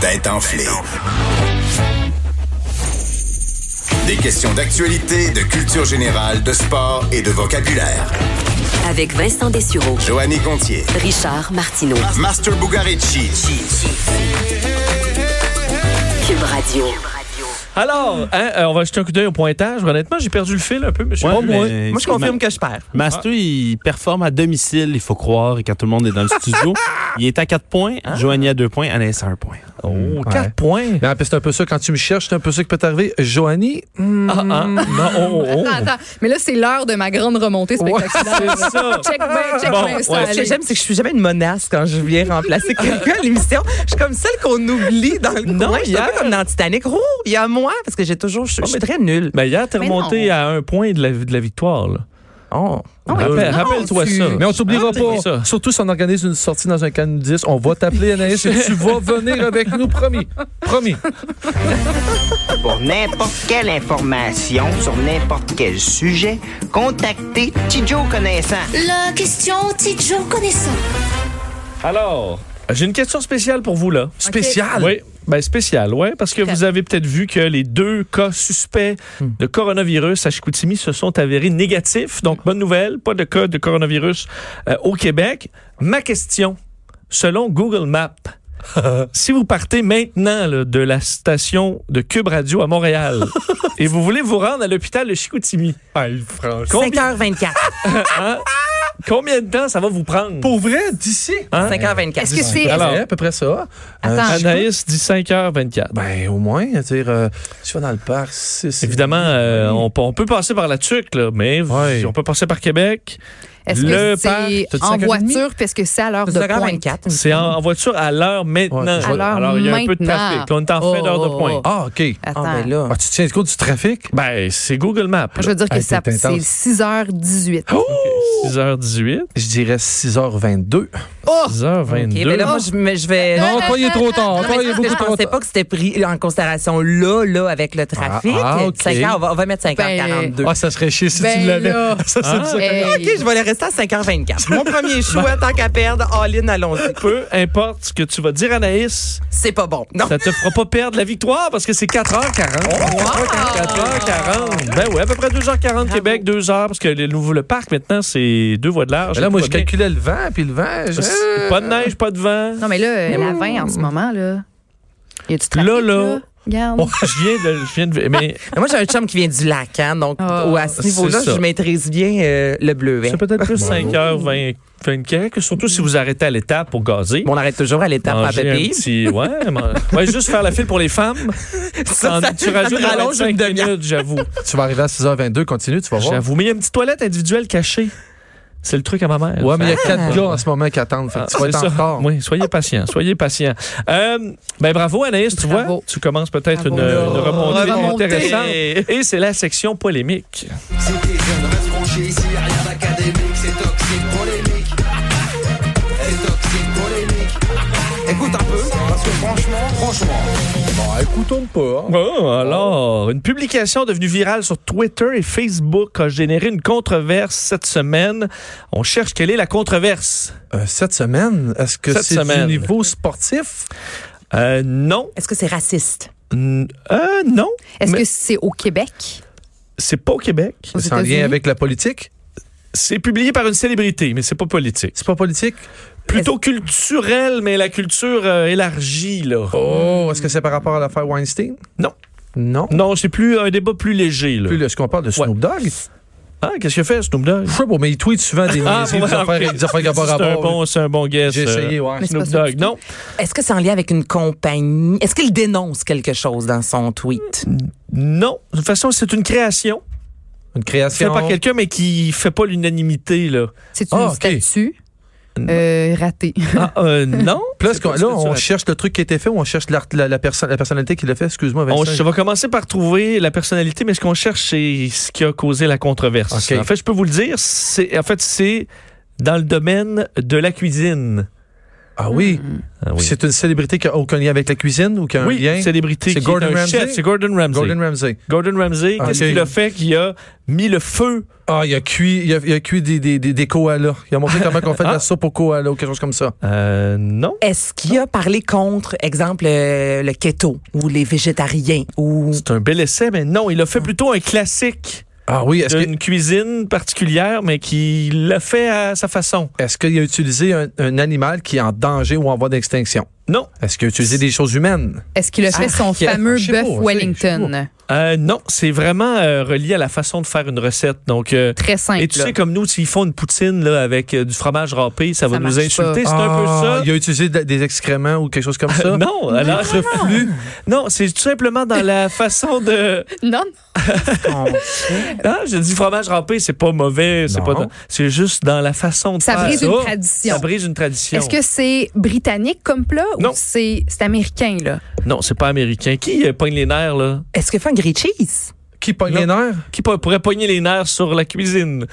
Tête enflée. Des questions d'actualité, de culture générale, de sport et de vocabulaire. Avec Vincent Dessureau, Joanny Gontier. Richard Martineau, Master Bugarici. Cube Radio. Hmm. Alors, hein, euh, on va jeter un coup d'œil au pointage. Honnêtement, j'ai perdu le fil un peu, mais je sais Ouais, pas mais- moi. Euh, Moi, je confirme que je perds. Mastu, il performe à domicile, il faut croire, et quand tout le monde est dans le studio. Il est à 4 points, Ah. Joanie à 2 points, Anaïs à 1 point. Oh, 4 points. Non, puis c'est un peu ça, quand tu me cherches, c'est un peu ça qui peut t'arriver. Joanie, hmm, Ah, ah, non, oh, oh, oh. Attends, attends. Mais là, c'est l'heure de ma grande remontée spectaculaire. C'est oh, ça. check bien, check Bon, bien ça. ouais. allez. Ce que j'aime, c'est que je suis jamais une menace quand je viens remplacer quelqu'un à l'émission. Je suis comme celle qu'on oublie dans le Non, coin. Je suis un peu hier- comme dans Titanic. Oh, il y a moi, parce que j'ai toujours... Je je suis très nulle. Ben, hier, t'es Mais non. remonté à un point de la, de la victoire. là. Oh. Rappel- non, Rappelle-toi tu- ça. Ah, Mais on t'oubliera Ah, Rappelle-toi pas. ça. Surtout si on organise une sortie dans un can 10, on va t'appeler Anaïs et tu vas venir avec nous, promis. Promis. Pour n'importe quelle information sur n'importe quel sujet, contactez Tidjo Connaissant. La question Tidjo connaissant. Alors, j'ai une question spéciale pour vous, là. Spécial. Oui, ben spéciale, oui, parce que vous avez peut-être vu que les deux cas suspects Hmm. Hmm. de coronavirus à Chicoutimi se sont avérés négatifs. Donc, bonne nouvelle, pas de cas de coronavirus euh, au Québec. Ma question, selon Google Maps, si vous partez maintenant là, de la station de Cube Radio à Montréal et vous voulez vous rendre à l'hôpital de Chicoutimi, combien, 5h24. combien de temps ça va vous prendre? Pour vrai, d'ici. Hein? 5h24. Est-ce que c'est. Alors- à peu près ça. Euh, Attends. Anaïs dit 5h24. Ben, au moins, dire, tu vas dans le parc, c'est. Évidemment, euh, on, peut- on peut passer par la Tuque, là, mais vous- Ouais. on peut passer par Québec. Est-ce Le que parc, c'est t'as dit en 5 heures et demie? voiture? Parce que c'est à l'heure de pointe. 5h24. C'est en, en voiture à l'heure maintenant. Ouais, À l'heure Alors, il y a un peu de maintenant. trafic. Là, on est en fin Oh, d'heure de pointe. oh, Ah, OK. Attends. Ah, ben là. Ah, tu tiens compte du trafic? Ben, c'est Google Maps. Je veux dire que Hey, ça, t'es c'est intense. Oh, 6h18. Oh. 6h18, Je dirais 6h22. 6h22. Oh. OK, ben là, moi, je, mais je vais... Non, toi, il est trop tard. Non, mais parce Toi, il est que beaucoup je trop pensais tard. pas que c'était pris en considération là, là, avec le trafic. Ah, ah, ok. 5h, on va, on va mettre 5h42. Ah, ça serait chier si Ben tu l'avais. là. Ça, c'est bizarre. Hey. OK, je vais le rester à 5h24. Mon premier choix, tant qu'à perdre, all-in, allons-y. peu importe ce que tu vas dire, Anaïs, C'est pas bon. Non. ça te fera pas perdre la victoire parce que c'est 4h40. Oh, 4h40. Ben oui, à peu près 2h40 Québec, 2h, parce que le nouveau le parc maintenant, c'est deux voies de large. Ben là, moi, je Tout va bien. calculais le vent, puis le vent. je- Pas de neige, pas de vent. Non, mais là, euh, la 20 en ce moment, là. Y a du trafic? Là, Là, là. Regarde. Oh, Je viens de. Je viens de mais Mais Moi, j'ai un chum qui vient du lac, hein, donc Ah, ou à ce niveau-là, c'est ça. je maîtrise bien euh, le bleuet. c'est peut-être ben, plus 5h20 quelques, surtout si vous arrêtez à l'étape pour gazer. Bon, On arrête toujours à l'étape à Manger un bébé. petit, ouais, man- ouais, juste faire la file pour les femmes. Ça, T'en- ça- tu ça rajoutes te rallonge 25 une demi-heure. minutes, j'avoue. ah, Tu vas arriver à 6h22, continue, tu vas voir. J'avoue. Mais il y a une petite toilette individuelle cachée. C'est le truc à ma mère. Ouais, mais il y a quatre Ah. gars en ce moment qui attendent. Fait que tu Ah, vas c'est être ça. en retard. Oui, soyez patient, soyez patient. Euh, ben bravo Anaïs, tu Bravo. vois, tu commences peut-être une, Bravo. une Oh, remontée remontée. intéressante. Et c'est la section polémique. Écoute un peu, parce que franchement, franchement, écoutons pas. Oh, alors, une publication devenue virale sur Twitter et Facebook a généré une controverse cette semaine. On cherche quelle est la controverse. Euh, cette semaine, est-ce que Cette c'est du semaine. niveau sportif? Euh, non. Est-ce que c'est raciste? N- euh, non. Est-ce Mais- que c'est au Québec? C'est pas au Québec. Aux C'est en États-Unis? lien avec la politique? C'est publié par une célébrité, mais c'est pas politique. C'est pas politique? Plutôt culturel, mais la culture euh, élargie, là. Oh, est-ce que c'est par rapport à l'affaire Weinstein? Non. Non. Non, c'est plus un débat plus léger, là. Plus le- Est-ce qu'on parle de Snoop Dogg? Ah, qu'est-ce qu'il fait, Snoop Dogg? Je sais pas, mais il tweet souvent des Ah, niaiseries, bon, des affaires des affaires qui n'ont pas C'est un rapport. bon, c'est un bon guess. J'ai essayé, euh, ouais. Mais c'est Snoop pas ça Dogg, non. Est-ce que c'est en lien avec une compagnie? Est-ce qu'il dénonce quelque chose dans son tweet? Non. De toute façon, c'est une création. Une Fait création. par quelqu'un, mais qui fait pas l'unanimité, là. C'est une Ah, ok. statue euh, ratée. Ah, euh, non. Puis là, est-ce qu'on- C'est pas là, une on statue. cherche le truc qui a été fait ou on cherche l'art- la, la, perso- la personnalité qui l'a fait? Excuse-moi, Vincent. On, je vais commencer par trouver la personnalité, mais ce qu'on cherche, c'est ce qui a causé la controverse. OK. En fait, je peux vous le dire, c'est en fait c'est dans le domaine de la cuisine. Ah oui? Ah oui. C'est une célébrité qui n'a aucun lien avec la cuisine ou qui a un Oui, lien? célébrité C'est qui Gordon est un Ramsay? chef. C'est Gordon Ramsay. Ah, Gordon Ramsay. Gordon Ramsay, qu'est-ce Ok. qu'il a fait qui a mis le feu? Ah, il a cuit, il a, il a cuit des, des, des, des koalas. Il a montré comment on fait de la soupe aux koalas ou quelque chose comme ça. Euh, non. Est-ce qu'il a parlé contre, exemple, euh, le keto ou les végétariens ou C'est un bel essai, mais non, il a fait plutôt un classique Ah oui, est-ce que- d'une cuisine particulière, mais qui l'a fait à sa façon. est-ce qu'il a utilisé un, un animal qui est en danger ou en voie d'extinction? Non. Est-ce qu'il a utilisé des choses humaines? Est-ce qu'il a fait son je sais fameux pas, Ah, je sais bœuf pas. Wellington? Euh, non, c'est vraiment euh, relié à la façon de faire une recette. Donc, euh, Très simple. et tu là. sais, comme nous, s'ils font une poutine là, avec euh, du fromage râpé, ça va Ça nous marche insulter. C'est un peu Ah, ça. Il a utilisé de- des excréments ou quelque chose comme ça? Non, alors reflux. Non, c'est tout simplement dans la façon de. Non, non. Ah, j'ai dit fromage râpé, c'est pas mauvais, c'est Non. pas. C'est juste dans la façon de Ça faire. brise une Oh, tradition. Ça brise une tradition. Est-ce que c'est britannique comme plat Non. ou c'est c'est américain, là? Non, c'est pas américain. Qui euh, pogne les nerfs là est-ce qu'il fait un grilled cheese? Qui pogne les nerfs? Qui po- pourrait pogner les nerfs sur la cuisine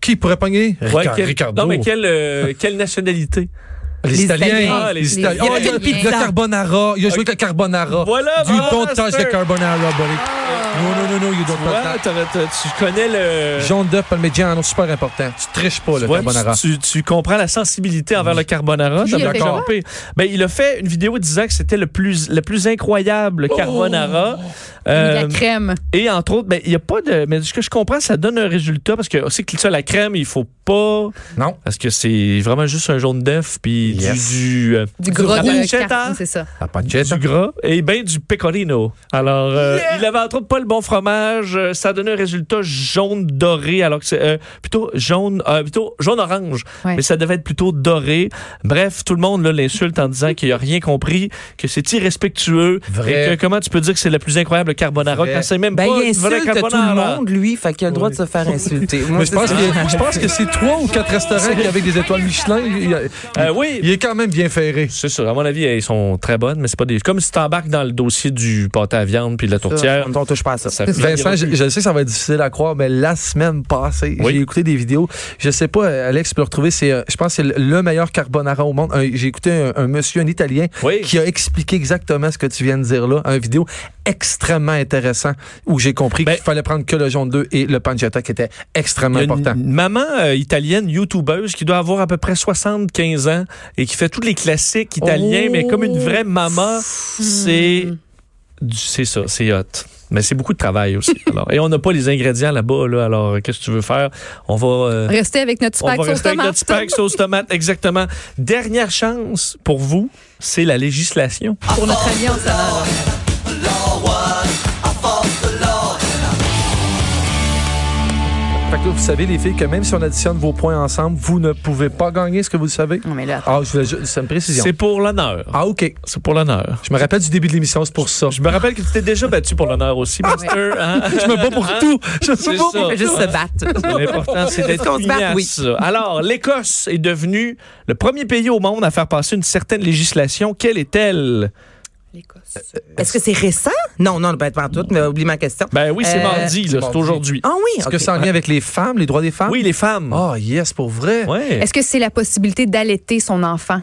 Qui pourrait pogner? Ouais, Ricard- quel- Ricardo. Non, mais quelle euh, quelle nationalité Les, Les Italiens. Italiens. Ah, les Les Italiens. Oh, il y a Italiens. le pizza carbonara. Il a joué avec le carbonara. Voilà, You voilà, don't touch Master. the carbonara, buddy. Non, non, non, non, you don't Ouais, touch that. t'aurais- t'aurais- tu connais le. Jaune d'œuf, parmigiano, super important. Tu triches pas, Tu le vois, carbonara. Tu, tu comprends la sensibilité envers le carbonara. Lui, ça il m'a a fait encore pire. Ben, il a fait une vidéo disant que c'était le plus, le plus incroyable Oh! carbonara. Euh, la crème. et entre autres, ben, il n'y a pas de. Mais ce que je comprends, ça donne un résultat parce que c'est que ça, la crème, il faut pas. Non. Parce que c'est vraiment juste un jaune d'œuf puis du- Yes. du, euh, Du gros Ben, du de cheddar. carton, c'est ça. La pancetta. du gras et ben du pecorino. Alors, euh, il avait entre autres pas le bon fromage. euh, ça donnait un résultat jaune doré, alors que c'est euh, plutôt jaune, euh, plutôt jaune orange. Ouais. Mais ça devait être plutôt doré. Bref, tout le monde là, l'insulte en disant qu'il a rien compris, que c'est irrespectueux. Vrai. Et que comment tu peux dire que c'est la plus incroyable carbonara Vrai. quand c'est même Ben, pas il une vraie insulte tout le carbonara. monde, lui, fait qu'il a le droit de se faire insulter. Moi, Mais je pense que, je pense que c'est trois ou quatre restaurants qui avec des étoiles Michelin. Il, il- Euh, oui. il est quand même bien ferré. C'est sûr. À mon avis, elles sont très bonnes, mais c'est pas des. Comme si t'embarques dans le dossier du pâté à viande puis de la tourtière. On touche pas à ça. Ça Vincent, je, je sais que ça va être difficile à croire, mais la semaine passée, Oui. j'ai écouté des vidéos. Je sais pas, euh, Alex, tu peux le retrouver. C'est, euh, je pense que c'est le- le meilleur carbonara au monde. Un- j'ai écouté un, un monsieur, un Italien, Oui. qui a expliqué exactement ce que tu viens de dire là. Un vidéo extrêmement intéressant où j'ai compris Ben- qu'il fallait prendre que le jaune 2 et le pancetta qui était extrêmement Il y a important. Une maman euh, italienne, youtubeuse, qui doit avoir à peu près 75 ans et qui fait tous les classiques italiens, Oh. mais comme une vraie maman, c'est. du- C'est ça, c'est hot. Mais c'est beaucoup de travail aussi. alors. Et on n'a pas les ingrédients là-bas, là, alors euh, qu'est-ce que tu veux faire? On va. euh, Restez avec notre on va spag sauce rester avec tomate. notre spag sauce tomate, exactement. Dernière chance pour vous, c'est la législation. Ah, Pour notre alliance, alors. Fait que là, vous savez, les filles, que même si on additionne vos points ensemble, vous ne pouvez pas gagner ce que vous le savez. Non, mais là, Ah, je voulais juste, c'est une précision. C'est pour l'honneur. Ah, OK. C'est pour l'honneur. Je me rappelle du début de l'émission, c'est pour ça. Je me rappelle que tu t'es déjà battu pour l'honneur aussi, Master. hein? Je me bats pour tout. Je C'est suis pas ça. On fait juste se battre. Mais L'important, c'est d'être qu'on se batte, pugnace. Alors, l'Écosse est devenue le premier pays au monde à faire passer une certaine législation. Quelle est-elle? l'Écosse. Est-ce que c'est récent? Non, non, ben, pas en tout, mais oublie ma question. Ben oui, c'est Euh, mardi, là, c'est aujourd'hui. Ah oui, Est-ce ok. que ça en lien avec les femmes, les droits des femmes? Oui, les femmes. Ah, yes, pour vrai. Ouais. Est-ce que c'est la possibilité d'allaiter son enfant?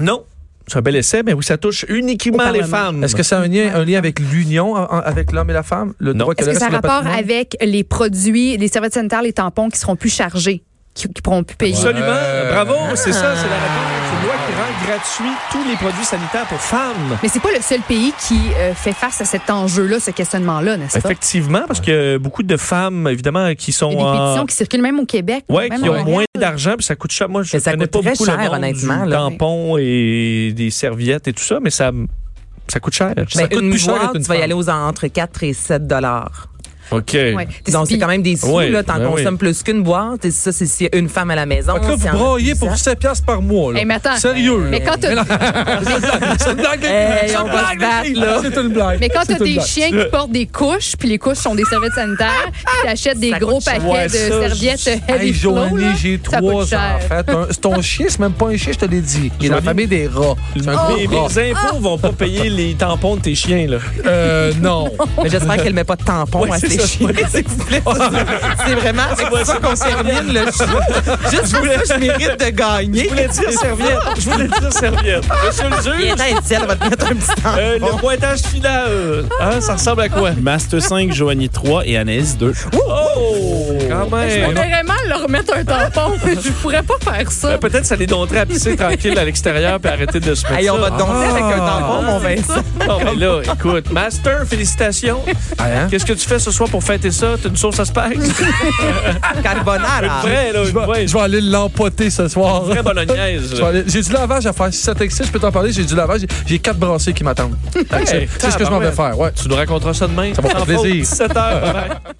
Non. C'est un bel essai, mais oui, ça touche uniquement les femmes. Est-ce que ça a un lien, un lien avec l'union en- en- avec l'homme et la femme? Le Non. droit Est-ce que le ça a reste rapport du patrimoine? avec les produits, les serviettes sanitaires, les tampons qui seront plus chargés, qui, qui pourront plus payer? Absolument. Ouais. Bravo, c'est ça, c'est la réponse. C'est une loi qui rend gratuit tous les produits sanitaires pour femmes. Mais c'est pas le seul pays qui euh, fait face à cet enjeu-là, ce questionnement-là, n'est-ce pas? Effectivement, parce que beaucoup de femmes, évidemment, qui sont Il y a des en- pétitions qui circulent même au Québec. Oui, même qui à ont Montréal. moins d'argent, puis ça coûte cher. Moi, je Mais ça connais coûte pas très beaucoup le cher, monde honnêtement, du là. tampon et des serviettes et tout ça, mais ça, ça coûte cher. Ben, Ça coûte une plus cher boîte, d'être une tu vas y femme. aller aux entre 4 et 7 dollars. OK. Ouais. Donc, c'est quand même des sous, Ouais, là. T'en ben oui. consommes plus qu'une boîte. Et ça, c'est s'il y a une femme à la maison. Fait que là, s'il y en vous a broyez plusieurs. pour 7 piastres par mois. Là. Hey, mais attends. Sérieux. là. Mais quand t'as- C'est une blague, les filles. Hey, Eh, on va se battre, là. C'est une blague. Mais quand t'as C'est une des blague. chiens qui portent des couches, puis les couches sont des serviettes sanitaires, puis t'achètes des Ça gros coûte cher. paquets Ouais, de ça, serviettes heavy Hey, flow, là, Joanie, j'ai ça coûte trois cher. enfants. Ton- Ton chien, c'est même pas un chien, je te l'ai dit. Il est dans la Joanie- famille des rats. C'est un Les, gros rat. Oh, les impôts vont pas payer les tampons de tes chiens, là. Euh, non. Mais j'espère qu'elle met pas de tampon Ouais, à c'est ses Allez chez vous, s'il vous plaît. Ah. C'est vraiment avec ça qu'on termine le show. Juste pour ça, je mérite de gagner. Je voulais dire serviette. Je voulais dire serviette. Monsieur le Viens, juge, Eh, Étienne, on va te mettre un petit temps. euh, le pointage final, euh, hein, ça ressemble à quoi? Master 5, Joanie 3 et Anaïs 2. Oh! Quand Je me même! verrais mal leur mettre un tampon. Je pourrais pas faire Ben, Euh, ça. Peut-être ça les donnerait à pisser tranquille à l'extérieur puis arrêter de se Ah. mettre Hey, on ça. va te donner avec un tampon, mon Vincent. Non, mais là, écoute, Master, félicitations. Hein? Qu'est-ce que tu fais ce soir pour fêter ça? T'as une sauce à spags? Carbonara. Vrai, là, Ah. Je une vraie, vais, je vais aller l'empoter ce soir. une vraie bolognaise. Je vais aller- J'ai du lavage à faire. Si ça t'excite, je peux t'en parler. J'ai du lavage. J'ai- J'ai quatre brassées qui m'attendent. Fait que C'est c'est ce que je m'en vais faire, ouais. Tu nous raconteras ça demain. Ça va faire Sans faute, plaisir. 17 heures. Bye-bye.